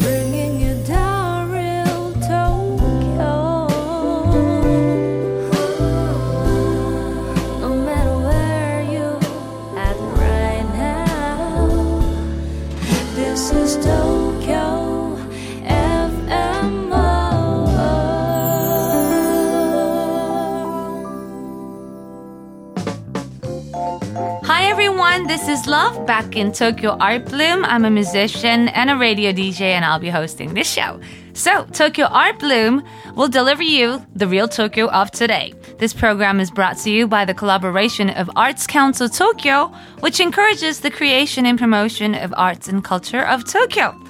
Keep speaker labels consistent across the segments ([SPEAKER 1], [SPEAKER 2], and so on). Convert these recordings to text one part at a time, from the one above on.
[SPEAKER 1] Bringing you down, real Tokyo. No matter where you at right now, this is Tokyo FMO.
[SPEAKER 2] Hi everyone, this is Love back in Tokyo Art Bloom. I'm a musician and a radio DJ, and I'll be hosting this show. So, Tokyo Art Bloom will deliver you the real Tokyo of today. This program is brought to you by the collaboration of Arts Council Tokyo, which encourages the creation and promotion of arts and culture of Tokyo.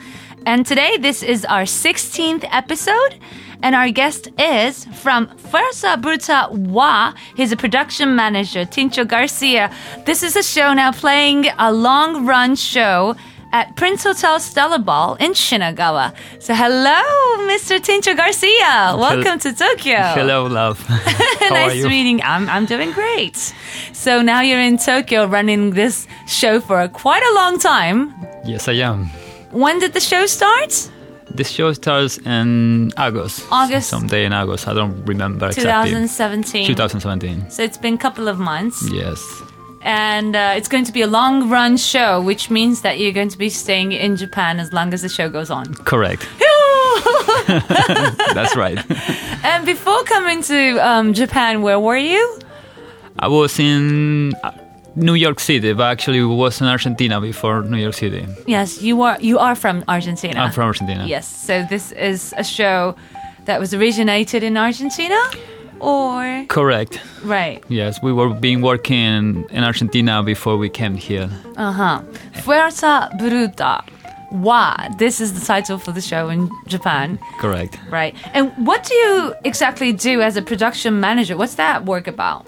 [SPEAKER 2] And today, this is our 16th episode. And our guest is from Fuerza Bruta Wa. He's a production manager, Tincho Garcia. This is a show now playing a long run show at Prince Hotel Stella Ball in Shinagawa. So, hello, Mr. Tincho Garcia. Welcome to Tokyo.
[SPEAKER 3] Hello, love. How are
[SPEAKER 2] Oh. nice
[SPEAKER 3] you?
[SPEAKER 2] meeting. I'm I'm doing great. So now you're in Tokyo running this show for quite a long time.
[SPEAKER 3] Yes, I am.
[SPEAKER 2] When did the show start?
[SPEAKER 3] This show starts in August.
[SPEAKER 2] August.
[SPEAKER 3] Someday in August. I don't remember exactly.
[SPEAKER 2] 2017.
[SPEAKER 3] 2017.
[SPEAKER 2] So it's been a couple of months,
[SPEAKER 3] Yes.
[SPEAKER 2] and uh, it's going to be a long run show, which means that you're going to be staying in Japan as long as the show goes on.
[SPEAKER 3] Correct. That's right.
[SPEAKER 2] and before coming to um, Japan, where were you?
[SPEAKER 3] I was in uh, New York City, but actually was in Argentina before New York City.
[SPEAKER 2] Yes, you are. You are from Argentina.
[SPEAKER 3] I'm from Argentina.
[SPEAKER 2] Yes. So this is a show that was originated in Argentina, or
[SPEAKER 3] Correct.
[SPEAKER 2] right?
[SPEAKER 3] Yes, we were being working in Argentina before we came here.
[SPEAKER 2] Uh huh. Fuerza Bruta. Wa. This is the title for the show in Japan,
[SPEAKER 3] Correct.
[SPEAKER 2] right? And what do you exactly do as a production manager? What's that work about?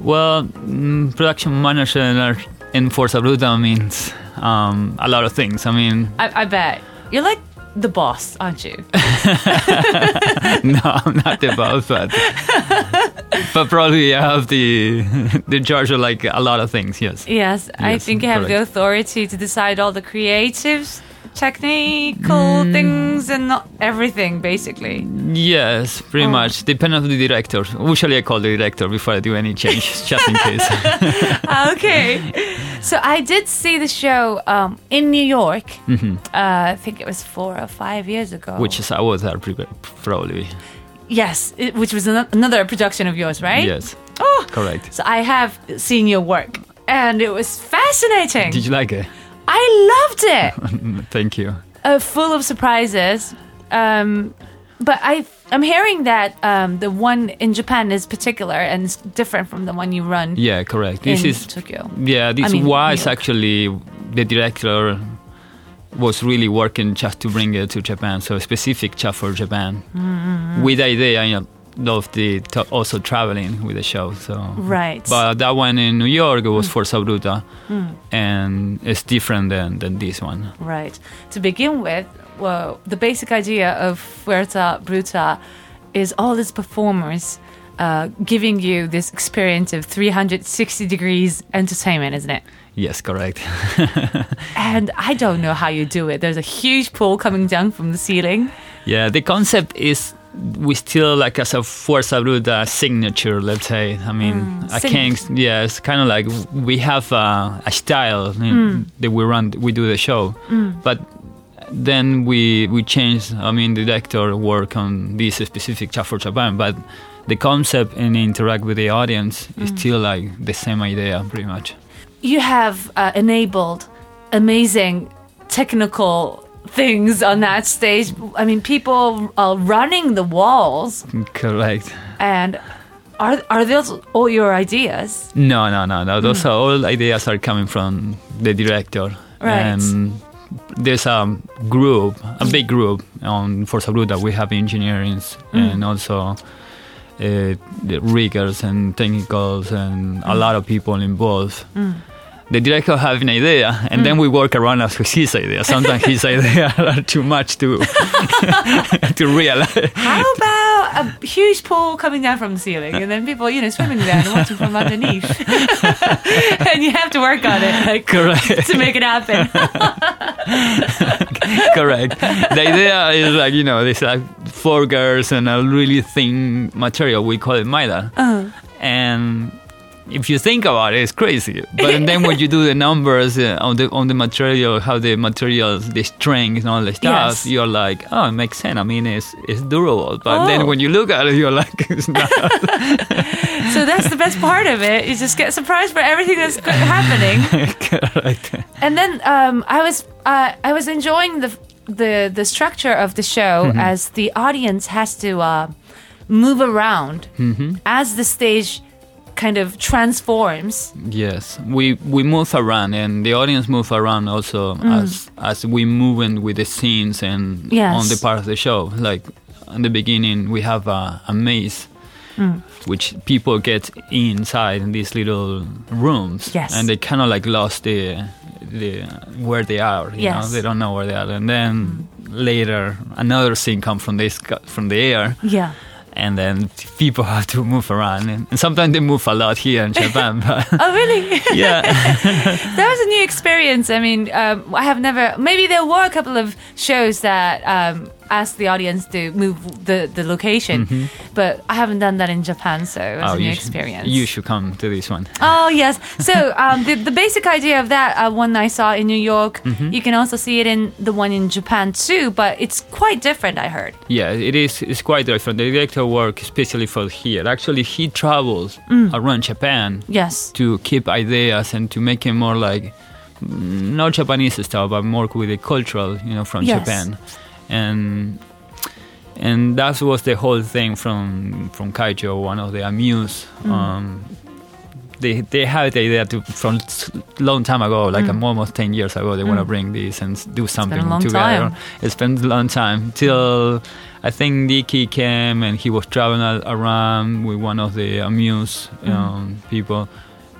[SPEAKER 3] Well, mm, production manager in Ar- in Forza Bruta means um, a lot of things. I mean,
[SPEAKER 2] I, I bet you're like the boss, aren't you?
[SPEAKER 3] No, I'm not the boss, but but probably I have the the charge of like a lot of things. Yes,
[SPEAKER 2] yes, I
[SPEAKER 3] Yes,
[SPEAKER 2] think you have the
[SPEAKER 3] correct.
[SPEAKER 2] authority to decide all the creatives, technical
[SPEAKER 3] Mm.
[SPEAKER 2] things, and not everything, basically.
[SPEAKER 3] yes, pretty much. Depend on the director. Usually, I call the director before I do any change, just in case.
[SPEAKER 2] okay. So I did see the show um, in New York. Uh, I think it was four or five years ago.
[SPEAKER 3] Mm-hmm. Which is I was there pre- probably.
[SPEAKER 2] yes, it, which was ano- another production of yours, right?
[SPEAKER 3] Yes,
[SPEAKER 2] Oh,
[SPEAKER 3] correct.
[SPEAKER 2] so I have seen your work, and it was fascinating.
[SPEAKER 3] Did you like it? Mm,
[SPEAKER 2] I loved it.
[SPEAKER 3] Thank you.
[SPEAKER 2] uh, full of surprises. Um, but I, I'm hearing that um, the one in Japan is particular and it's different from the one you run
[SPEAKER 3] Yeah, correct.
[SPEAKER 2] in
[SPEAKER 3] This is
[SPEAKER 2] Tokyo.
[SPEAKER 3] yeah. This
[SPEAKER 2] I mean,
[SPEAKER 3] why
[SPEAKER 2] New
[SPEAKER 3] is
[SPEAKER 2] York.
[SPEAKER 3] actually the director was really working just to bring it to Japan. So specific just for Japan.
[SPEAKER 2] Mm,
[SPEAKER 3] With the idea you know, of the to- also traveling with the show. So
[SPEAKER 2] Right.
[SPEAKER 3] But that one in New York it was
[SPEAKER 2] Mm.
[SPEAKER 3] for Sabruta, and it's different than than this one.
[SPEAKER 2] Right. To begin with, well, the basic idea of Fuerza Bruta is all these performers uh, giving you this experience of 360 degrees entertainment, isn't it?
[SPEAKER 3] Yes, correct.
[SPEAKER 2] And I don't know how you do it. There's a huge pool coming down from the ceiling.
[SPEAKER 3] Yeah, the concept is we still like as a Fuerza Bruta signature, let's say. I mean, I
[SPEAKER 2] sign-
[SPEAKER 3] can't. Yeah, it's kind of like we have a, a style you know, that we run, we do the show, but then we we change. I mean, the director work on this specific chat for Japan, but the concept and interact with the audience is still like the same idea, pretty much.
[SPEAKER 2] You have uh, enabled amazing technical things on that stage. I mean, people are running the walls,
[SPEAKER 3] Correct.
[SPEAKER 2] and are, are those all your ideas?
[SPEAKER 3] No, no, no, no. Those are all ideas are coming from the director.
[SPEAKER 2] Right.
[SPEAKER 3] And there's a group, a big group on Forza Bruta. We have engineers and also uh, the riggers and technicals and a lot of people involved. the director have an idea, and then we work around as his idea. Sometimes his idea are too much to to realize.
[SPEAKER 2] How about a huge pool coming down from the ceiling and then people, you know, swimming down and watching from underneath? and you have to work on it like,
[SPEAKER 3] Correct.
[SPEAKER 2] to make it happen.
[SPEAKER 3] Correct. The idea is like you know, there's like four girls and a really thin material. We call it maida.
[SPEAKER 2] Uh.
[SPEAKER 3] And if you think about it, it's crazy. But then when you do the numbers uh, on the on the material, how the materials, the strength, and all the stuff,
[SPEAKER 2] Yes.
[SPEAKER 3] you're like, oh, it makes sense. I mean, it's it's durable. But
[SPEAKER 2] Oh.
[SPEAKER 3] then when you look at it, you're like, it's not.
[SPEAKER 2] so that's the best part of it. You just get surprised by everything that's go- happening.
[SPEAKER 3] Correct.
[SPEAKER 2] And then um, I was uh, I was enjoying the the the structure of the show
[SPEAKER 3] Mm-hmm.
[SPEAKER 2] as the audience has to uh, move around
[SPEAKER 3] Mm-hmm.
[SPEAKER 2] as the stage kind of transforms.
[SPEAKER 3] Yes, we we move around, and the audience move around also
[SPEAKER 2] Mm.
[SPEAKER 3] as as we move in with the scenes and
[SPEAKER 2] Yes.
[SPEAKER 3] on the part of the show. Like in the beginning, we have a, a maze,
[SPEAKER 2] Mm.
[SPEAKER 3] which people get inside in these little rooms,
[SPEAKER 2] Yes.
[SPEAKER 3] and they kind of like lost the the where they are. You know,
[SPEAKER 2] Yes. Mm.
[SPEAKER 3] they don't know where they are, and then later another scene comes from this from the air
[SPEAKER 2] Yeah.
[SPEAKER 3] and then people have to move around and, and sometimes they move a lot here in japan but
[SPEAKER 2] Oh really?
[SPEAKER 3] yeah
[SPEAKER 2] That was a new experience. I mean, um, I have never. Maybe there were a couple of shows that um, asked the audience to move the, the location, but I haven't done that in Japan, so it was a new
[SPEAKER 3] Mm-hmm. Oh, you
[SPEAKER 2] experience.
[SPEAKER 3] Should, you should come to this one.
[SPEAKER 2] Oh yes. So um, the the basic idea of that uh, one I saw in New York.
[SPEAKER 3] Mm-hmm.
[SPEAKER 2] You can also see it in the one in Japan too, but it's quite different. I heard.
[SPEAKER 3] Yeah, it is. It's quite different. The director work, especially for here. Actually, he travels
[SPEAKER 2] Mm.
[SPEAKER 3] around Japan
[SPEAKER 2] Yes.
[SPEAKER 3] to keep ideas and to make it more like mm, not Japanese style, but more with the cultural, you know, from
[SPEAKER 2] Yes.
[SPEAKER 3] Japan. And and that was the whole thing from from Kaijo, one of the Amuse.
[SPEAKER 2] Mm.
[SPEAKER 3] Um, they they had the idea to from s- long time ago, like
[SPEAKER 2] Mm.
[SPEAKER 3] almost ten years ago. They want to bring this and s- do something
[SPEAKER 2] long
[SPEAKER 3] together.
[SPEAKER 2] time.
[SPEAKER 3] It's been a long time till I think Dicky came and he was traveling a- around with one of the Amuse
[SPEAKER 2] Mm.
[SPEAKER 3] um, people,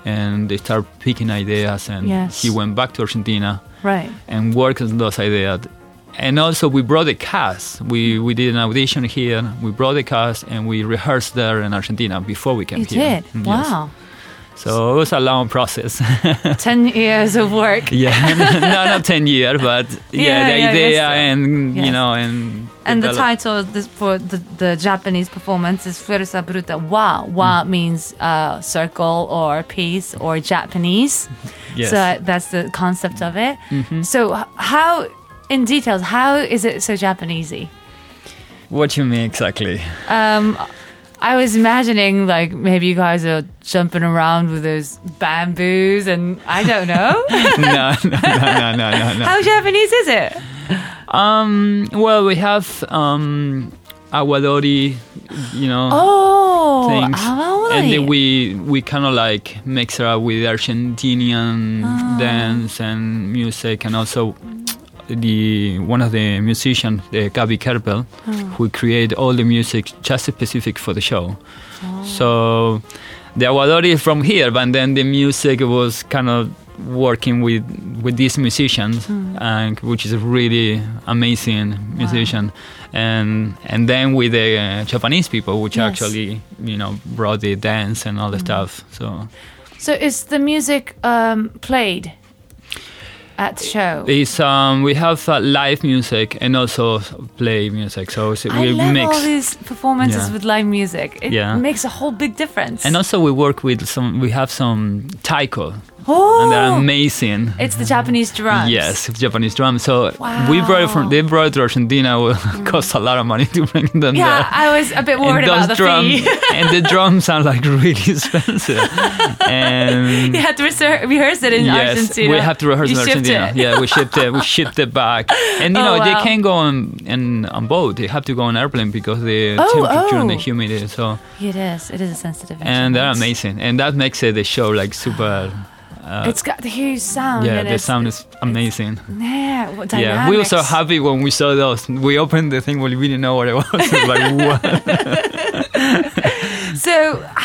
[SPEAKER 3] and they start picking ideas. And
[SPEAKER 2] Yes.
[SPEAKER 3] he went back to Argentina
[SPEAKER 2] Right.
[SPEAKER 3] and work on those ideas. And also, we brought the cast. We we did an audition here. We brought the cast and we rehearsed there in Argentina before we came
[SPEAKER 2] You
[SPEAKER 3] here.
[SPEAKER 2] did.
[SPEAKER 3] Mm, yes.
[SPEAKER 2] Wow.
[SPEAKER 3] So it was a long process.
[SPEAKER 2] Ten years of work.
[SPEAKER 3] yeah, no, not ten years, but yeah,
[SPEAKER 2] Yeah,
[SPEAKER 3] the
[SPEAKER 2] yeah,
[SPEAKER 3] idea
[SPEAKER 2] yes, uh,
[SPEAKER 3] and
[SPEAKER 2] yes.
[SPEAKER 3] you know and
[SPEAKER 2] And the
[SPEAKER 3] develop-
[SPEAKER 2] title of this, for the, the Japanese performance is Fuerza Bruta Wa.
[SPEAKER 3] Mm.
[SPEAKER 2] Wa means uh, circle or piece or Japanese.
[SPEAKER 3] Yes. Mm-hmm.
[SPEAKER 2] So uh, that's the concept of it. So h- how, in details, how is it so Japanesey?
[SPEAKER 3] What you mean exactly?
[SPEAKER 2] Um, I was imagining like maybe you guys are jumping around with those bamboos and I don't know.
[SPEAKER 3] no, no, no, no, no, no.
[SPEAKER 2] how Japanese is it?
[SPEAKER 3] Um, well, we have um, aguadori, you know.
[SPEAKER 2] Oh,
[SPEAKER 3] things.
[SPEAKER 2] how
[SPEAKER 3] And then we we kind of like mix it up with Argentinian dance and music, and also the one of the musicians, the Gabi Kerpel, who create all the music just specific for the show. So the Aguadori is from here, but then the music was kind of working with with these musicians, and which is a really amazing musician, and and then with the uh, Japanese people, which
[SPEAKER 2] Yes.
[SPEAKER 3] actually you know brought the dance and all the stuff. So
[SPEAKER 2] So is the music um, played at the show?
[SPEAKER 3] it's um we have uh, live music and also play music. So it's,
[SPEAKER 2] I
[SPEAKER 3] we
[SPEAKER 2] love
[SPEAKER 3] mix.
[SPEAKER 2] all these performances
[SPEAKER 3] Yeah.
[SPEAKER 2] with live music. It
[SPEAKER 3] Yeah.
[SPEAKER 2] makes a whole big difference.
[SPEAKER 3] and also, we work with some. We have some taiko,
[SPEAKER 2] oh,
[SPEAKER 3] and they're amazing.
[SPEAKER 2] it's the Japanese drums.
[SPEAKER 3] Yes, Japanese drum. So
[SPEAKER 2] Wow.
[SPEAKER 3] we brought it from they brought it to Argentina. It cost a lot of money to bring them
[SPEAKER 2] Mm. Yeah,
[SPEAKER 3] there.
[SPEAKER 2] I was a bit worried
[SPEAKER 3] and
[SPEAKER 2] about the
[SPEAKER 3] drums
[SPEAKER 2] fee.
[SPEAKER 3] and the drums are like really expensive. and
[SPEAKER 2] you had to reser- rehearse it in
[SPEAKER 3] yes,
[SPEAKER 2] Argentina.
[SPEAKER 3] we have to rehearse
[SPEAKER 2] You
[SPEAKER 3] in
[SPEAKER 2] shipped
[SPEAKER 3] Argentina.
[SPEAKER 2] it.
[SPEAKER 3] Yeah, we shipped it. We shipped it back. And you
[SPEAKER 2] Oh,
[SPEAKER 3] know
[SPEAKER 2] wow.
[SPEAKER 3] they can't go on and on boat. They have to go on airplane because the
[SPEAKER 2] Oh,
[SPEAKER 3] temperature and the
[SPEAKER 2] oh.
[SPEAKER 3] humidity. So
[SPEAKER 2] It is. It is a sensitive
[SPEAKER 3] and uh, they're
[SPEAKER 2] instrument.
[SPEAKER 3] amazing. And that makes it the show like super. Uh,
[SPEAKER 2] It's got the huge sound.
[SPEAKER 3] yeah,
[SPEAKER 2] and
[SPEAKER 3] the
[SPEAKER 2] it's-
[SPEAKER 3] sound is amazing.
[SPEAKER 2] Yeah, what
[SPEAKER 3] Yeah, we were so
[SPEAKER 2] dynamics.
[SPEAKER 3] happy when we saw those. We opened the thing, we didn't know what it was. like, what?
[SPEAKER 2] So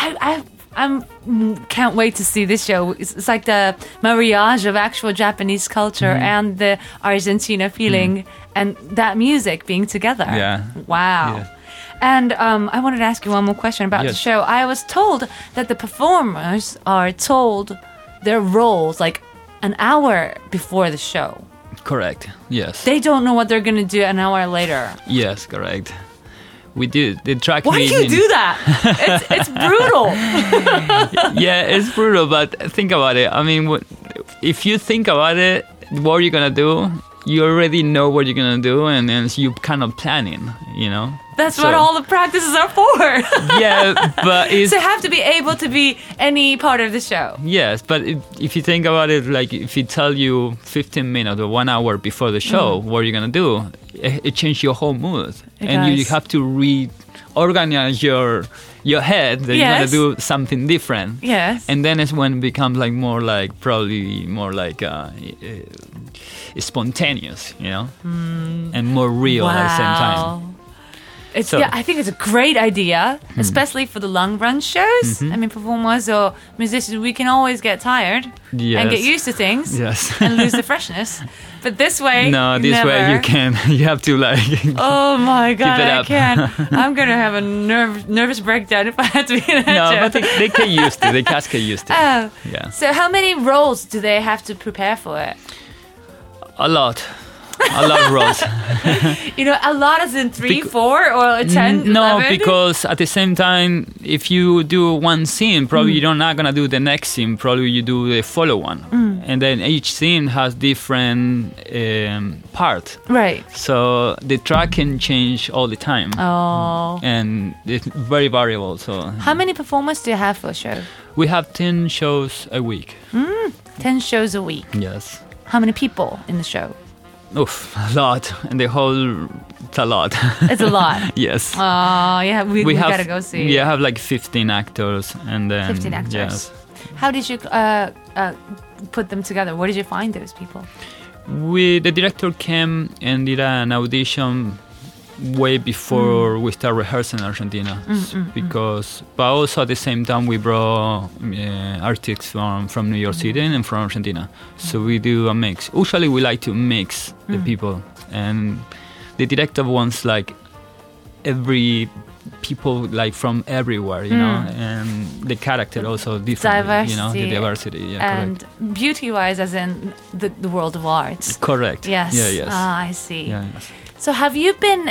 [SPEAKER 2] I, I I'm mm, can't wait to see this show. It's, it's like the marriage of actual Japanese culture
[SPEAKER 3] Mm-hmm.
[SPEAKER 2] and the Argentina feeling and that music being together.
[SPEAKER 3] Yeah.
[SPEAKER 2] Wow.
[SPEAKER 3] Yeah.
[SPEAKER 2] And um, I wanted to ask you one more question about the
[SPEAKER 3] Yes.
[SPEAKER 2] show. I was told that the performers are told their roles like an hour before the show.
[SPEAKER 3] Correct. Yes.
[SPEAKER 2] They don't know what they're going to do an hour later.
[SPEAKER 3] yes. Correct. We did. They tracked
[SPEAKER 2] Why
[SPEAKER 3] me.
[SPEAKER 2] do you
[SPEAKER 3] in-
[SPEAKER 2] do that? It's, it's brutal.
[SPEAKER 3] yeah, it's brutal, but think about it. I mean, what, if you think about it, what you're gonna do, you already know what you're gonna do, and then you kind of planning, you know.
[SPEAKER 2] That's
[SPEAKER 3] So-
[SPEAKER 2] what all the practices are for.
[SPEAKER 3] Yeah, but it's
[SPEAKER 2] to have to be able to be any part of the show.
[SPEAKER 3] yes, but if, if you think about it, like if you tell you 15 minutes or one hour before the
[SPEAKER 2] Mm-hmm.
[SPEAKER 3] show what you're gonna do, it, it changes your whole mood,
[SPEAKER 2] It
[SPEAKER 3] and you, you
[SPEAKER 2] does.
[SPEAKER 3] have to reorganize your your head that
[SPEAKER 2] Yes.
[SPEAKER 3] you're gonna do something different.
[SPEAKER 2] Yes.
[SPEAKER 3] and then it's when it becomes like more like probably more like uh, uh, spontaneous you know
[SPEAKER 2] Mm.
[SPEAKER 3] and more real at the same time
[SPEAKER 2] It's,
[SPEAKER 3] So- Hmm.
[SPEAKER 2] yeah, I think it's a great idea, especially for the long run shows.
[SPEAKER 3] Mm-hmm.
[SPEAKER 2] I mean, performers or musicians, we can always get tired and get
[SPEAKER 3] Yes.
[SPEAKER 2] used to things
[SPEAKER 3] yes
[SPEAKER 2] and lose the freshness. But this way,
[SPEAKER 3] no this way you
[SPEAKER 2] never.
[SPEAKER 3] can you have to like
[SPEAKER 2] Oh my god,
[SPEAKER 3] it
[SPEAKER 2] I
[SPEAKER 3] up.
[SPEAKER 2] can. I'm gonna have a nerve, nervous breakdown if I had to be in that
[SPEAKER 3] no
[SPEAKER 2] show.
[SPEAKER 3] but they, they can use it they just can use it
[SPEAKER 2] Oh.
[SPEAKER 3] yeah
[SPEAKER 2] So how many roles do they have to prepare for it?
[SPEAKER 3] a lot a lot of roles
[SPEAKER 2] You know, a lot as in three,
[SPEAKER 3] Bec-
[SPEAKER 2] four, or ten,
[SPEAKER 3] N- no
[SPEAKER 2] 11?
[SPEAKER 3] because at the same time if you do one scene probably
[SPEAKER 2] Mm.
[SPEAKER 3] you're not gonna do the next scene probably you do the follow one
[SPEAKER 2] Mm.
[SPEAKER 3] and then each scene has different um, part
[SPEAKER 2] right.
[SPEAKER 3] So the track can change all the time,
[SPEAKER 2] Oh.
[SPEAKER 3] and it's very variable. So
[SPEAKER 2] How many performers do you have for a show?
[SPEAKER 3] we have ten shows a week.
[SPEAKER 2] Ten shows a week.
[SPEAKER 3] Yes,
[SPEAKER 2] How many people in the show?
[SPEAKER 3] oof, a lot, and the whole it's a lot.
[SPEAKER 2] It's a lot.
[SPEAKER 3] yes,
[SPEAKER 2] Oh yeah, we, we,
[SPEAKER 3] have
[SPEAKER 2] gotta go see.
[SPEAKER 3] Yeah, have like fifteen actors, and then
[SPEAKER 2] 15 actors.
[SPEAKER 3] Yes,
[SPEAKER 2] How did you uh, uh, put them together? Where did you find those people?
[SPEAKER 3] we the director came and did an audition way before
[SPEAKER 2] Mm.
[SPEAKER 3] we start rehearsing in Argentina s- because but also at the same time we brought uh, artists from, from New York City
[SPEAKER 2] Mm.
[SPEAKER 3] and from Argentina so we do a mix usually we like to mix
[SPEAKER 2] Mm.
[SPEAKER 3] the people and the director wants like every people like from everywhere you know
[SPEAKER 2] Mm.
[SPEAKER 3] and the character also different you know the
[SPEAKER 2] Diversity
[SPEAKER 3] diversity yeah
[SPEAKER 2] and beauty-wise, as in the, the world of arts.
[SPEAKER 3] correct correct
[SPEAKER 2] Yes.
[SPEAKER 3] yeah yes
[SPEAKER 2] Ah, I see.
[SPEAKER 3] yeah yes.
[SPEAKER 2] So have you been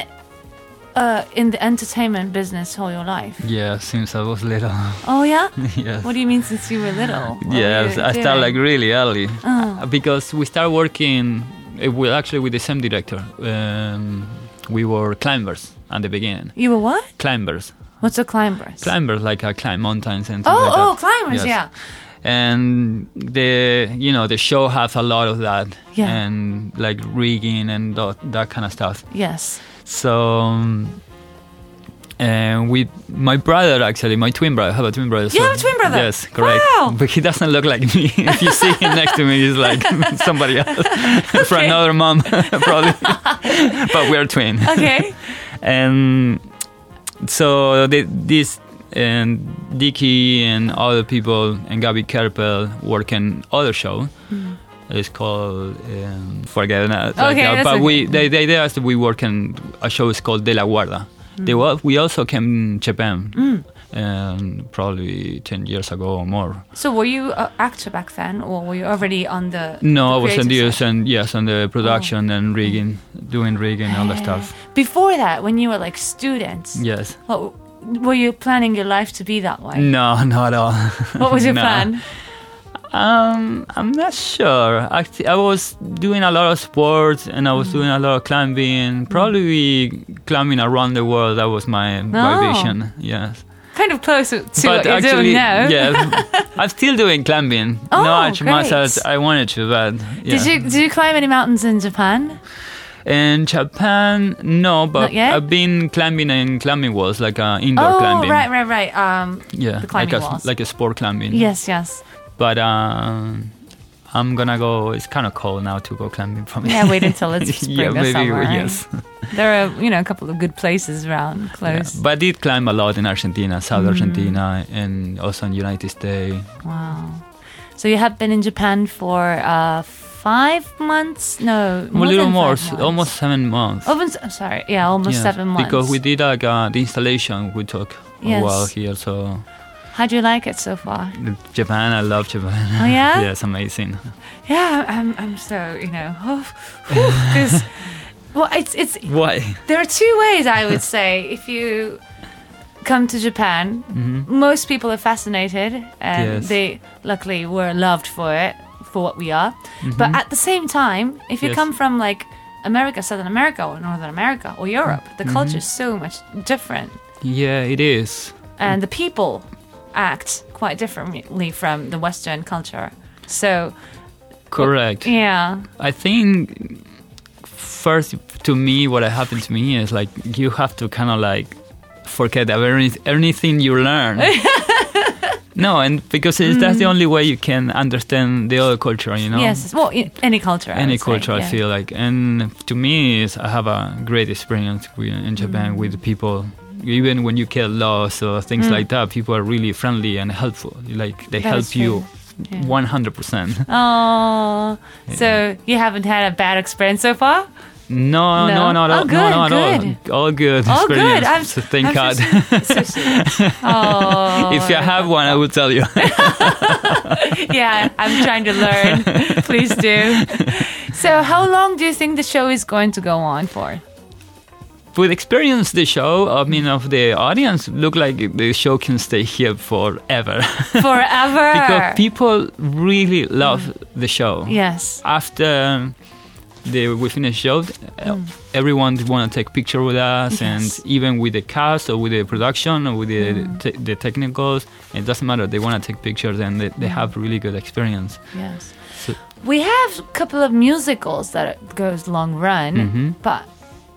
[SPEAKER 2] uh, in the entertainment business all your life?
[SPEAKER 3] Yeah, since I was little.
[SPEAKER 2] Oh yeah.
[SPEAKER 3] yes.
[SPEAKER 2] What do you mean since you were little? What were
[SPEAKER 3] yes,
[SPEAKER 2] you
[SPEAKER 3] I start like
[SPEAKER 2] doing?
[SPEAKER 3] really early Uh, because we start working. uh, Well, actually, with the same director. Um, we were climbers at the beginning.
[SPEAKER 2] You were what?
[SPEAKER 3] Climbers,
[SPEAKER 2] What's a climber?
[SPEAKER 3] climbers like I climb mountains and things
[SPEAKER 2] Oh,
[SPEAKER 3] like that.
[SPEAKER 2] oh, climbers, yeah.
[SPEAKER 3] And the you know the show has a lot of that
[SPEAKER 2] Yeah.
[SPEAKER 3] and like rigging and that, that kind of stuff.
[SPEAKER 2] Yes.
[SPEAKER 3] So, um, and we, my brother actually, my twin brother, I have a twin brother.
[SPEAKER 2] You have a twin brother?
[SPEAKER 3] Yes, correct.
[SPEAKER 2] Wow.
[SPEAKER 3] But he doesn't look like me. if you see him next to me, he's like somebody else from another mom, probably. but we are twin.
[SPEAKER 2] Okay.
[SPEAKER 3] And so the, this and Dicky and other people and Gabby Kerpel work in other show.
[SPEAKER 2] Hmm.
[SPEAKER 3] It's called um, forget that.
[SPEAKER 2] Okay, that's
[SPEAKER 3] but
[SPEAKER 2] okay.
[SPEAKER 3] we they they, they asked we work in a show is called De La Guarda. They
[SPEAKER 2] Mm.
[SPEAKER 3] wa- we also came to Japan. um, probably 10 years ago or more.
[SPEAKER 2] So were you an actor back then, or were you already on the?
[SPEAKER 3] No, I
[SPEAKER 2] the
[SPEAKER 3] was in the
[SPEAKER 2] creative
[SPEAKER 3] US
[SPEAKER 2] side?
[SPEAKER 3] and yes, on the production
[SPEAKER 2] Oh.
[SPEAKER 3] and rigging, doing rigging, all that stuff.
[SPEAKER 2] Eh. Before that, when you were like students,
[SPEAKER 3] Yes.
[SPEAKER 2] what, were you planning your life to be that way?
[SPEAKER 3] No, not at all.
[SPEAKER 2] What was your
[SPEAKER 3] No.
[SPEAKER 2] plan?
[SPEAKER 3] Um, I'm not sure. I, th- I was doing a lot of sports and I was
[SPEAKER 2] Mm.
[SPEAKER 3] doing a lot of climbing. Probably climbing around the world. That was my,
[SPEAKER 2] Oh.
[SPEAKER 3] my vision. Yes,
[SPEAKER 2] Kind of close to what you're doing now.
[SPEAKER 3] yes, I'm still doing climbing.
[SPEAKER 2] Oh,
[SPEAKER 3] not as much
[SPEAKER 2] great.
[SPEAKER 3] as I wanted to, but yeah.
[SPEAKER 2] Did you did you climb any mountains in Japan?
[SPEAKER 3] In Japan, no,
[SPEAKER 2] Not
[SPEAKER 3] but
[SPEAKER 2] yet?
[SPEAKER 3] I've been climbing and climbing walls, like uh, indoor
[SPEAKER 2] oh,
[SPEAKER 3] climbing.
[SPEAKER 2] right, right, right. Um,
[SPEAKER 3] Yeah,
[SPEAKER 2] the climbing
[SPEAKER 3] like a,
[SPEAKER 2] walls.
[SPEAKER 3] like a sport climbing.
[SPEAKER 2] yes, yes.
[SPEAKER 3] but um, I'm gonna go. It's kind of cold now to go climbing. Probably.
[SPEAKER 2] Yeah, wait until it's spring
[SPEAKER 3] yeah,
[SPEAKER 2] or
[SPEAKER 3] maybe
[SPEAKER 2] summer.
[SPEAKER 3] yes.
[SPEAKER 2] there are you know a couple of good places around close. Mm.
[SPEAKER 3] But I did climb a lot in Argentina, South Argentina, and also in United States.
[SPEAKER 2] Wow. So you have been in Japan for uh, five months? No,
[SPEAKER 3] a little
[SPEAKER 2] than
[SPEAKER 3] more,
[SPEAKER 2] five
[SPEAKER 3] s-
[SPEAKER 2] months. Oh,
[SPEAKER 3] almost seven months.
[SPEAKER 2] Almost. I'm sorry. Yeah, almost
[SPEAKER 3] Yes,
[SPEAKER 2] seven months.
[SPEAKER 3] Because we did like uh, the installation, we took
[SPEAKER 2] Yes.
[SPEAKER 3] a while here. So
[SPEAKER 2] How do you like it so far?
[SPEAKER 3] Japan, I love Japan.
[SPEAKER 2] Oh, yeah?
[SPEAKER 3] yes, amazing.
[SPEAKER 2] Yeah, I'm. I'm so you know. Oh, whew, 'cause- well, it's it's.
[SPEAKER 3] Why?
[SPEAKER 2] There are two ways I would say if you come to Japan. Most people are fascinated, and
[SPEAKER 3] Yes.
[SPEAKER 2] they luckily were loved for it for what we are. But at the same time, if you
[SPEAKER 3] Mm-hmm. Yes.
[SPEAKER 2] come from like America, Southern America, or Northern America, or Europe, the
[SPEAKER 3] Mm-hmm.
[SPEAKER 2] culture is so much different.
[SPEAKER 3] Yeah, it is.
[SPEAKER 2] and the people act quite differently from the Western culture. So
[SPEAKER 3] Correct.
[SPEAKER 2] yeah,
[SPEAKER 3] I think first to me, what happened to me is like you have to kind of like forget about any- anything you learn. no, and because it's, that's the only way you can understand the other culture, you know.
[SPEAKER 2] Mm. yes, well, i- any culture, I
[SPEAKER 3] Any
[SPEAKER 2] would say,
[SPEAKER 3] culture, I
[SPEAKER 2] yeah.
[SPEAKER 3] feel like, and to me, is I have a great experience with, in Japan
[SPEAKER 2] Mm.
[SPEAKER 3] with the people. Even when you get lost or things like that, people are really friendly and helpful. Like they
[SPEAKER 2] That
[SPEAKER 3] help
[SPEAKER 2] is true.
[SPEAKER 3] you,
[SPEAKER 2] Yeah.
[SPEAKER 3] one hundred percent.
[SPEAKER 2] Oh, so you haven't had a bad experience so far?
[SPEAKER 3] No,
[SPEAKER 2] No?
[SPEAKER 3] no, no,
[SPEAKER 2] Oh,
[SPEAKER 3] no,
[SPEAKER 2] good,
[SPEAKER 3] no, no,
[SPEAKER 2] good.
[SPEAKER 3] no. All good.
[SPEAKER 2] Oh,
[SPEAKER 3] experience.
[SPEAKER 2] good. I'm,
[SPEAKER 3] So thank
[SPEAKER 2] I'm
[SPEAKER 3] God.
[SPEAKER 2] So, so sweet. oh,
[SPEAKER 3] if you have one, I will tell you.
[SPEAKER 2] yeah, I'm trying to learn. Please do. So, how long do you think the show is going to go on for?
[SPEAKER 3] With experience, the show, I mean, of the audience, look like the show can stay here forever
[SPEAKER 2] Forever.
[SPEAKER 3] because people really
[SPEAKER 2] Mm.
[SPEAKER 3] love the show.
[SPEAKER 2] yes.
[SPEAKER 3] After um, the we finished show, uh everyone want to take picture with us,
[SPEAKER 2] Mm. Yes.
[SPEAKER 3] and even with the cast or with the production or with the
[SPEAKER 2] Mm.
[SPEAKER 3] te- the technicals, it doesn't matter. They want to take pictures, and they, they have really good experience.
[SPEAKER 2] Yes.
[SPEAKER 3] So-
[SPEAKER 2] we have a couple of musicals that goes long run,
[SPEAKER 3] Mm-hmm.
[SPEAKER 2] but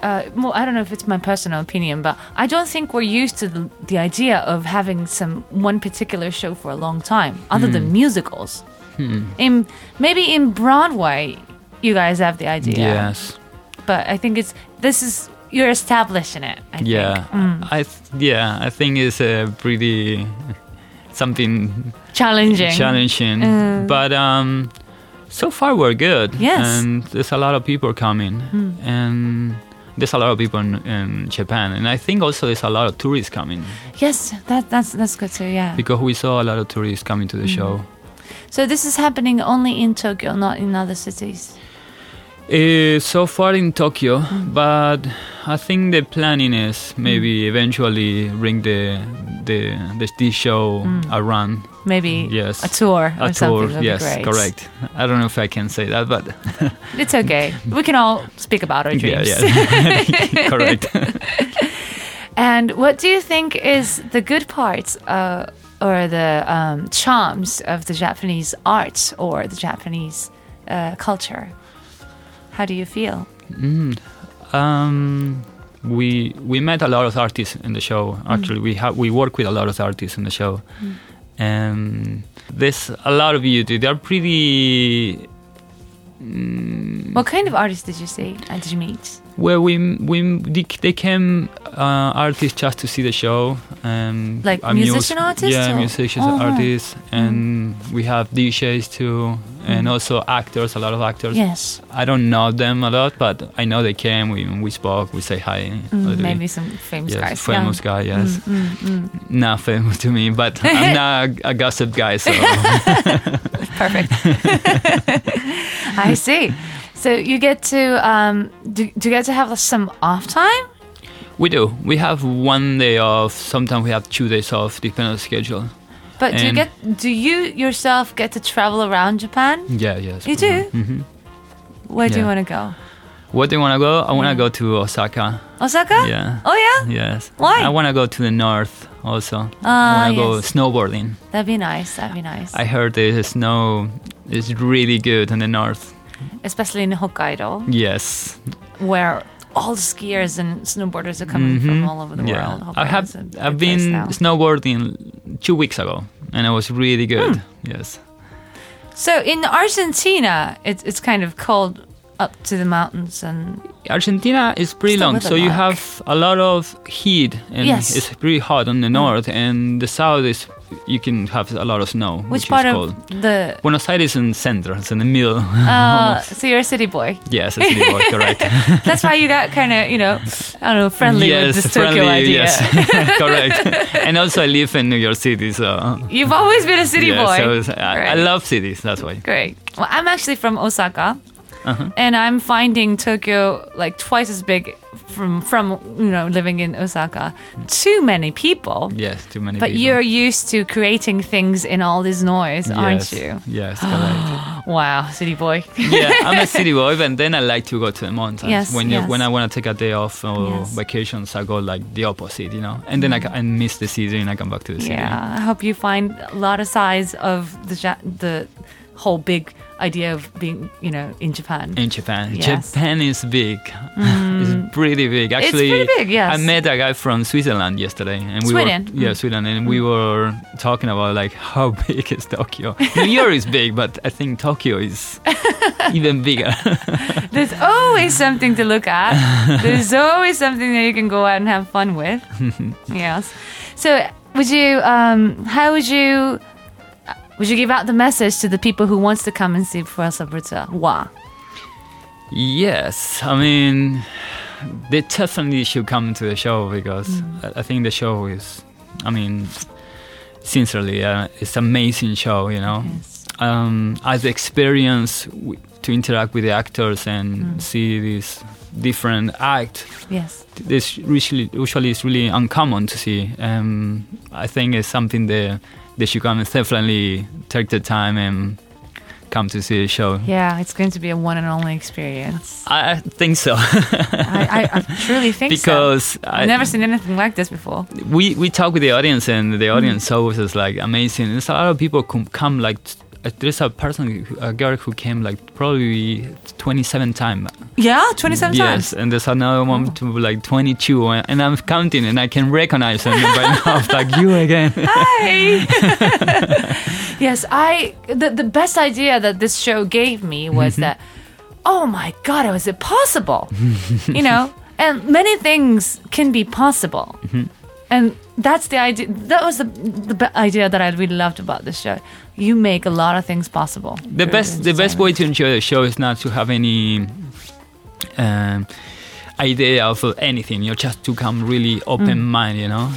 [SPEAKER 2] uh, well, I don't know if it's my personal opinion, but I don't think we're used to the, the idea of having some one particular show for a long time, other than
[SPEAKER 3] Mm.
[SPEAKER 2] musicals. In maybe in Broadway, you guys have the idea,
[SPEAKER 3] Yes.
[SPEAKER 2] but I think it's this is you're establishing it. I
[SPEAKER 3] Yeah,
[SPEAKER 2] think. Mm.
[SPEAKER 3] I th- yeah, I think it's a pretty something
[SPEAKER 2] challenging.
[SPEAKER 3] challenging,
[SPEAKER 2] Mm.
[SPEAKER 3] but um, so far we're good.
[SPEAKER 2] Yes.
[SPEAKER 3] and there's a lot of people coming,
[SPEAKER 2] Mm.
[SPEAKER 3] and there's a lot of people in, in Japan, and I think also there's a lot of tourists coming
[SPEAKER 2] Yes, that that's that's good too. Yeah.
[SPEAKER 3] because we saw a lot of tourists coming to
[SPEAKER 2] Mm.
[SPEAKER 3] the show.
[SPEAKER 2] so this is happening only in Tokyo, not in other cities.
[SPEAKER 3] Uh, so far in Tokyo, but I think the planning is maybe
[SPEAKER 2] Mm.
[SPEAKER 3] eventually bring the the the, the show around
[SPEAKER 2] maybe
[SPEAKER 3] Yes.
[SPEAKER 2] Mm. a tour or
[SPEAKER 3] a
[SPEAKER 2] something.
[SPEAKER 3] tour.
[SPEAKER 2] would be
[SPEAKER 3] Yes,
[SPEAKER 2] great.
[SPEAKER 3] correct. I don't know if I can say that, but
[SPEAKER 2] It's okay. We can all speak about our
[SPEAKER 3] yeah,
[SPEAKER 2] dreams.
[SPEAKER 3] yeah, correct.
[SPEAKER 2] And what do you think is the good parts uh, or the um, charms of the Japanese art or the Japanese uh, culture? How do you feel?
[SPEAKER 3] Um, we we met a lot of artists in the show.
[SPEAKER 2] Mm.
[SPEAKER 3] Actually, we have we work with a lot of artists in the show, and there's a lot of beauty. They're pretty.
[SPEAKER 2] What kind of artists did you see and did you meet?
[SPEAKER 3] Well, we we they, they came uh, artists just to see the show. Um,
[SPEAKER 2] Like
[SPEAKER 3] a mus-
[SPEAKER 2] musician artists
[SPEAKER 3] Yeah,
[SPEAKER 2] or-
[SPEAKER 3] musicians,
[SPEAKER 2] Oh, right.
[SPEAKER 3] artists, and we have DJs too,
[SPEAKER 2] Mm.
[SPEAKER 3] and also actors. A lot of actors.
[SPEAKER 2] Yes,
[SPEAKER 3] I don't know them a lot, but I know they came. We we spoke. We say hi. a
[SPEAKER 2] Mm,
[SPEAKER 3] little bit.
[SPEAKER 2] maybe some famous
[SPEAKER 3] yes,
[SPEAKER 2] guys.
[SPEAKER 3] famous
[SPEAKER 2] yeah.
[SPEAKER 3] guy. Yes,
[SPEAKER 2] Mm, mm, mm.
[SPEAKER 3] not famous to me, but I'm not a, a gossip guy. So
[SPEAKER 2] Perfect. I see. So you get to um, do, do you get to have some off time?
[SPEAKER 3] we do. We have one day off. Sometimes we have two days off, depending on the schedule.
[SPEAKER 2] But do you
[SPEAKER 3] And-
[SPEAKER 2] get do you yourself get to travel around Japan?
[SPEAKER 3] Yeah, yes.
[SPEAKER 2] You do.
[SPEAKER 3] Mhm.
[SPEAKER 2] Where do you
[SPEAKER 3] Yeah.
[SPEAKER 2] want to go?
[SPEAKER 3] What do you want to go? I want to go to Osaka.
[SPEAKER 2] Osaka?
[SPEAKER 3] Yeah.
[SPEAKER 2] Oh yeah,
[SPEAKER 3] Yes.
[SPEAKER 2] Why?
[SPEAKER 3] I want to go to the north also.
[SPEAKER 2] Ah,
[SPEAKER 3] I want to go
[SPEAKER 2] yes.
[SPEAKER 3] snowboarding.
[SPEAKER 2] that'd be nice. That'd be nice,
[SPEAKER 3] I heard the snow is really good in the north.
[SPEAKER 2] especially in Hokkaido,
[SPEAKER 3] Yes.
[SPEAKER 2] where all the skiers and snowboarders are coming from all over the world.
[SPEAKER 3] Mm-hmm. I
[SPEAKER 2] Hokkaido's
[SPEAKER 3] have
[SPEAKER 2] a good
[SPEAKER 3] I've
[SPEAKER 2] place
[SPEAKER 3] been
[SPEAKER 2] now.
[SPEAKER 3] snowboarding two weeks ago, and it was really
[SPEAKER 2] Hmm.
[SPEAKER 3] good. Yes.
[SPEAKER 2] So in Argentina, it's it's kind of cold up to the mountains and
[SPEAKER 3] Argentina is pretty
[SPEAKER 2] Still
[SPEAKER 3] long,
[SPEAKER 2] with a
[SPEAKER 3] so you
[SPEAKER 2] lot.
[SPEAKER 3] have a lot of heat, and
[SPEAKER 2] Yes. Mm.
[SPEAKER 3] it's pretty hot on the north, and the south is you can have a lot of snow,
[SPEAKER 2] which,
[SPEAKER 3] which,
[SPEAKER 2] part of
[SPEAKER 3] is cold.
[SPEAKER 2] the
[SPEAKER 3] Buenos Aires in center, it's in the middle.
[SPEAKER 2] uh, so you're a city boy.
[SPEAKER 3] yes, it's the word, correct.
[SPEAKER 2] That's why you got kind of you know I don't know friendly
[SPEAKER 3] yes,
[SPEAKER 2] with this
[SPEAKER 3] friendly,
[SPEAKER 2] Tokyo idea.
[SPEAKER 3] yes, correct. and also, I live in New York City, so
[SPEAKER 2] You've always been a city
[SPEAKER 3] yeah,
[SPEAKER 2] boy.
[SPEAKER 3] so it's- I, I
[SPEAKER 2] Right.
[SPEAKER 3] love cities. That's why.
[SPEAKER 2] Great. Well, I'm actually from Osaka,
[SPEAKER 3] Uh-huh.
[SPEAKER 2] and I'm finding Tokyo like twice as big from from you know living in Osaka. Too many people.
[SPEAKER 3] Yes, too many.
[SPEAKER 2] But
[SPEAKER 3] people.
[SPEAKER 2] you're used to creating things in all this noise, aren't
[SPEAKER 3] Yes,
[SPEAKER 2] you?
[SPEAKER 3] Yes, correct.
[SPEAKER 2] Wow, city boy.
[SPEAKER 3] yeah, I'm a city boy, but then I like to go to the mountains.
[SPEAKER 2] Yes,
[SPEAKER 3] when you
[SPEAKER 2] yes.
[SPEAKER 3] when I want to take a day off or
[SPEAKER 2] Yes.
[SPEAKER 3] vacations, I go like the opposite, you know. And then I, ca- I miss the city and I come back to the city.
[SPEAKER 2] yeah, I hope you find a lot of size of the ja- the whole big idea of being you know in Japan.
[SPEAKER 3] In Japan,
[SPEAKER 2] Yes. Mm.
[SPEAKER 3] Japan is big. it's pretty big, actually.
[SPEAKER 2] pretty big, yes.
[SPEAKER 3] I met a guy from Switzerland yesterday, and we
[SPEAKER 2] Sweden. Mm.
[SPEAKER 3] were yeah, Sweden, and we were talking about like how big is Tokyo. New York is big, but I think Tokyo is even bigger.
[SPEAKER 2] There's always something to look at. There's always something that you can go out and have fun with. yes. So, would you? Um, how would you? Would you give out the message to the people who wants to come and see Fuerza Bruta? Wow.
[SPEAKER 3] Yes, I mean, they definitely should come to the show because I I think the show is, I mean, sincerely, uh, it's amazing show. You
[SPEAKER 2] Mm.
[SPEAKER 3] know, um, as experience w- to interact with the actors and see this different act.
[SPEAKER 2] Yes.
[SPEAKER 3] This usually, usually is really uncommon to see. Um, I think it's something that they should come and definitely take the time and come to see the show.
[SPEAKER 2] Yeah, it's going to be a one and only experience.
[SPEAKER 3] I I think so.
[SPEAKER 2] I, I, I truly think so.
[SPEAKER 3] because I,
[SPEAKER 2] I've never seen anything like this before.
[SPEAKER 3] we we talk with the audience and
[SPEAKER 2] Mm-hmm.
[SPEAKER 3] the audience always is like amazing. There's a lot of people come, come like t- uh, there's a person who- a girl who came like probably 27 times.
[SPEAKER 2] Yeah, 27
[SPEAKER 3] Yes, and there's another
[SPEAKER 2] Oh.
[SPEAKER 3] one to like 22, and and I'm counting and I can recognize them by now. I'm Like you again.
[SPEAKER 2] Hi. yes, I the, the best idea that this show gave me was
[SPEAKER 3] Mm-hmm.
[SPEAKER 2] that oh my god, how is it possible? you know, and many things can be possible.
[SPEAKER 3] Mm-hmm.
[SPEAKER 2] And that's the idea. That was the the be- idea that I really loved about this show. You make a lot of things possible.
[SPEAKER 3] the best the best way to enjoy the show is not to have any um, idea of anything. You're just to come really
[SPEAKER 2] Mm.
[SPEAKER 3] open mind, you know,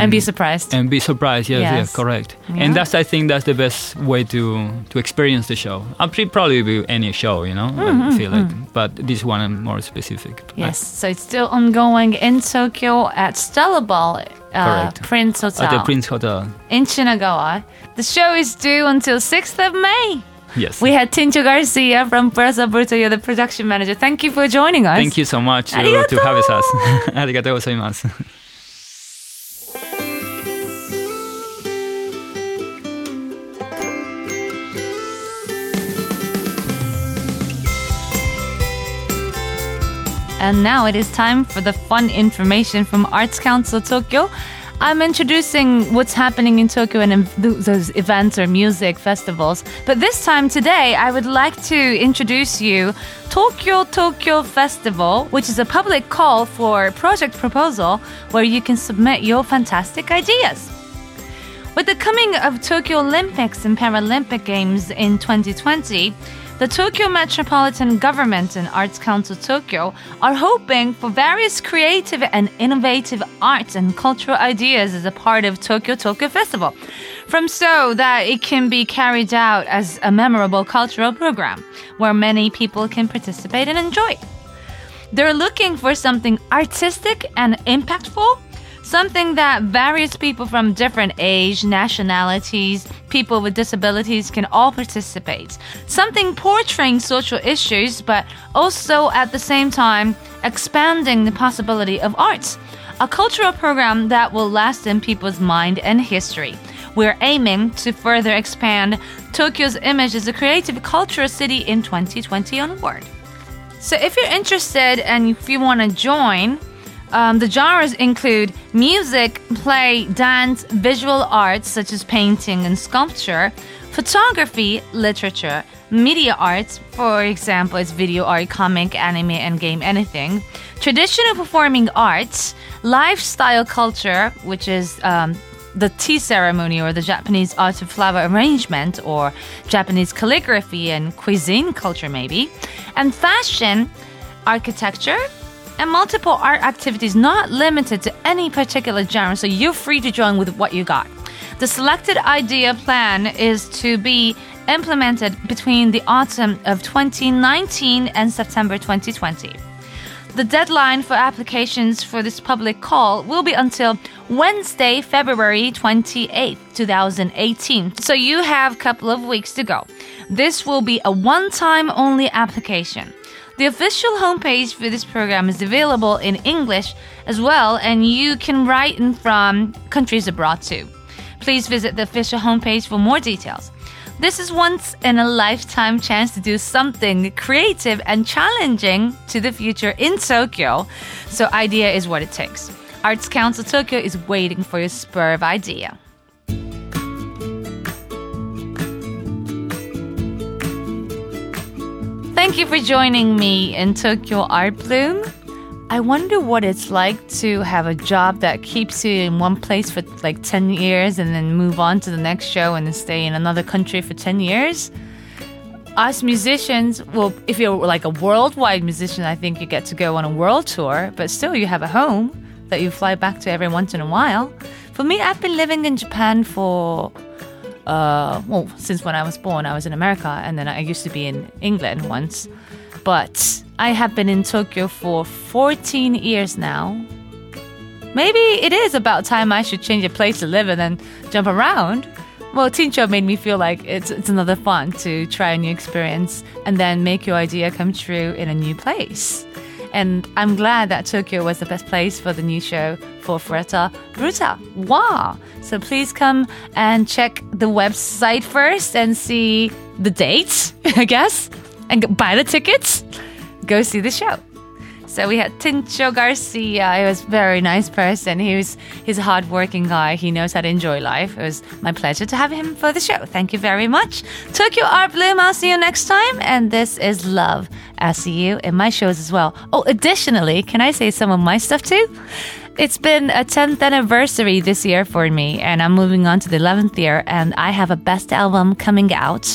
[SPEAKER 2] and be surprised.
[SPEAKER 3] and be surprised. Yes, yes,
[SPEAKER 2] Yes.
[SPEAKER 3] correct.
[SPEAKER 2] Yeah.
[SPEAKER 3] And that's I think that's the best way to to experience the show. I'm pretty probably with any show, you know, I feel like. But this one I'm more specific. I-
[SPEAKER 2] Mm-hmm, yes, so it's still ongoing in Tokyo at Stella Ball uh,
[SPEAKER 3] Correct.
[SPEAKER 2] Prince Hotel
[SPEAKER 3] at the Prince Hotel.
[SPEAKER 2] in Shinagawa. The show is due until 6th of May.
[SPEAKER 3] Yes.
[SPEAKER 2] We had Tincho Garcia from Puerto Bruto, you're the production manager. Thank you for joining us.
[SPEAKER 3] Thank you so much to, to
[SPEAKER 2] Arigato!
[SPEAKER 3] have us. Arigato gozaimasu.
[SPEAKER 2] And now it is time for the fun information from Arts Council Tokyo. I'm introducing what's happening in Tokyo and in th- those events or music festivals. But this time today, I would like to introduce you Tokyo Tokyo Festival, which is a public call for project proposal where you can submit your fantastic ideas. With the coming of Tokyo Olympics and Paralympic Games in 2020, the Tokyo Metropolitan Government and Arts Council Tokyo are hoping for various creative and innovative arts and cultural ideas as a part of Tokyo Tokyo Festival, from so that it can be carried out as a memorable cultural program where many people can participate and enjoy. They're looking for something artistic and impactful, something that various people from different age, nationalities, people with disabilities can all participate. Something portraying social issues, but also at the same time expanding the possibility of arts. A cultural program that will last in people's mind and history. We're aiming to further expand Tokyo's image as a creative cultural city in 2020 onward. So if you're interested and if you want to join, um, the genres include music, play, dance, visual arts such as painting and sculpture, photography, literature, media arts, for example, it's video art, comic, anime, and game, anything, traditional performing arts, lifestyle culture, which is um, the tea ceremony or the Japanese art of flower arrangement or Japanese calligraphy and cuisine culture, maybe, and fashion, architecture, and multiple art activities not limited to any particular genre, so you're free to join with what you got. The selected idea plan is to be implemented between the autumn of 2019 and September 2020. The deadline for applications for this public call will be until Wednesday, February 28th, 2018. So you have a couple of weeks to go. This will be a one time only application. The official homepage for this program is available in English as well, and you can write in from countries abroad too. Please visit the official homepage for more details. This is once in a lifetime chance to do something creative and challenging to the future in Tokyo. So, idea is what it takes. Arts Council Tokyo is waiting for your spur of idea. Thank you for joining me in Tokyo Art Bloom. I wonder what it's like to have a job that keeps you in one place for like 10 years and then move on to the next show and then stay in another country for 10 years. Us musicians, well, if you're like a worldwide musician, I think you get to go on a world tour, but still you have a home that you fly back to every once in a while. For me, I've been living in Japan for uh, well, since when I was born, I was in America, and then I used to be in England once. But I have been in Tokyo for 14 years now. Maybe it is about time I should change a place to live and then jump around. Well, Tincho made me feel like it's, it's another fun to try a new experience and then make your idea come true in a new place. And I'm glad that Tokyo was the best place for the new show for Fretta Bruta. Wow! So please come and check the website first and see the dates, I guess, and g- buy the tickets. Go see the show. So we had Tincho Garcia. He was a very nice person. He was he's a hardworking guy. He knows how to enjoy life. It was my pleasure to have him for the show. Thank you very much. Tokyo Art Bloom. I'll see you next time. And this is Love. I'll see you in my shows as well. Oh, additionally, can I say some of my stuff too? It's been a 10th anniversary this year for me, and I'm moving on to the 11th year, and I have a best album coming out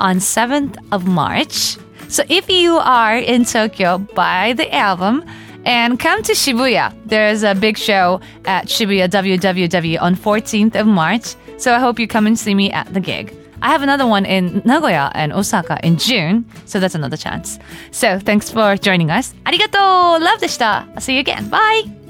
[SPEAKER 2] on 7th of March. So if you are in Tokyo, buy the album and come to Shibuya. There's a big show at Shibuya WWW on 14th of March. So I hope you come and see me at the gig. I have another one in Nagoya and Osaka in June, so that's another chance. So thanks for joining us. Arigato! Love でした! I'll see you again. Bye!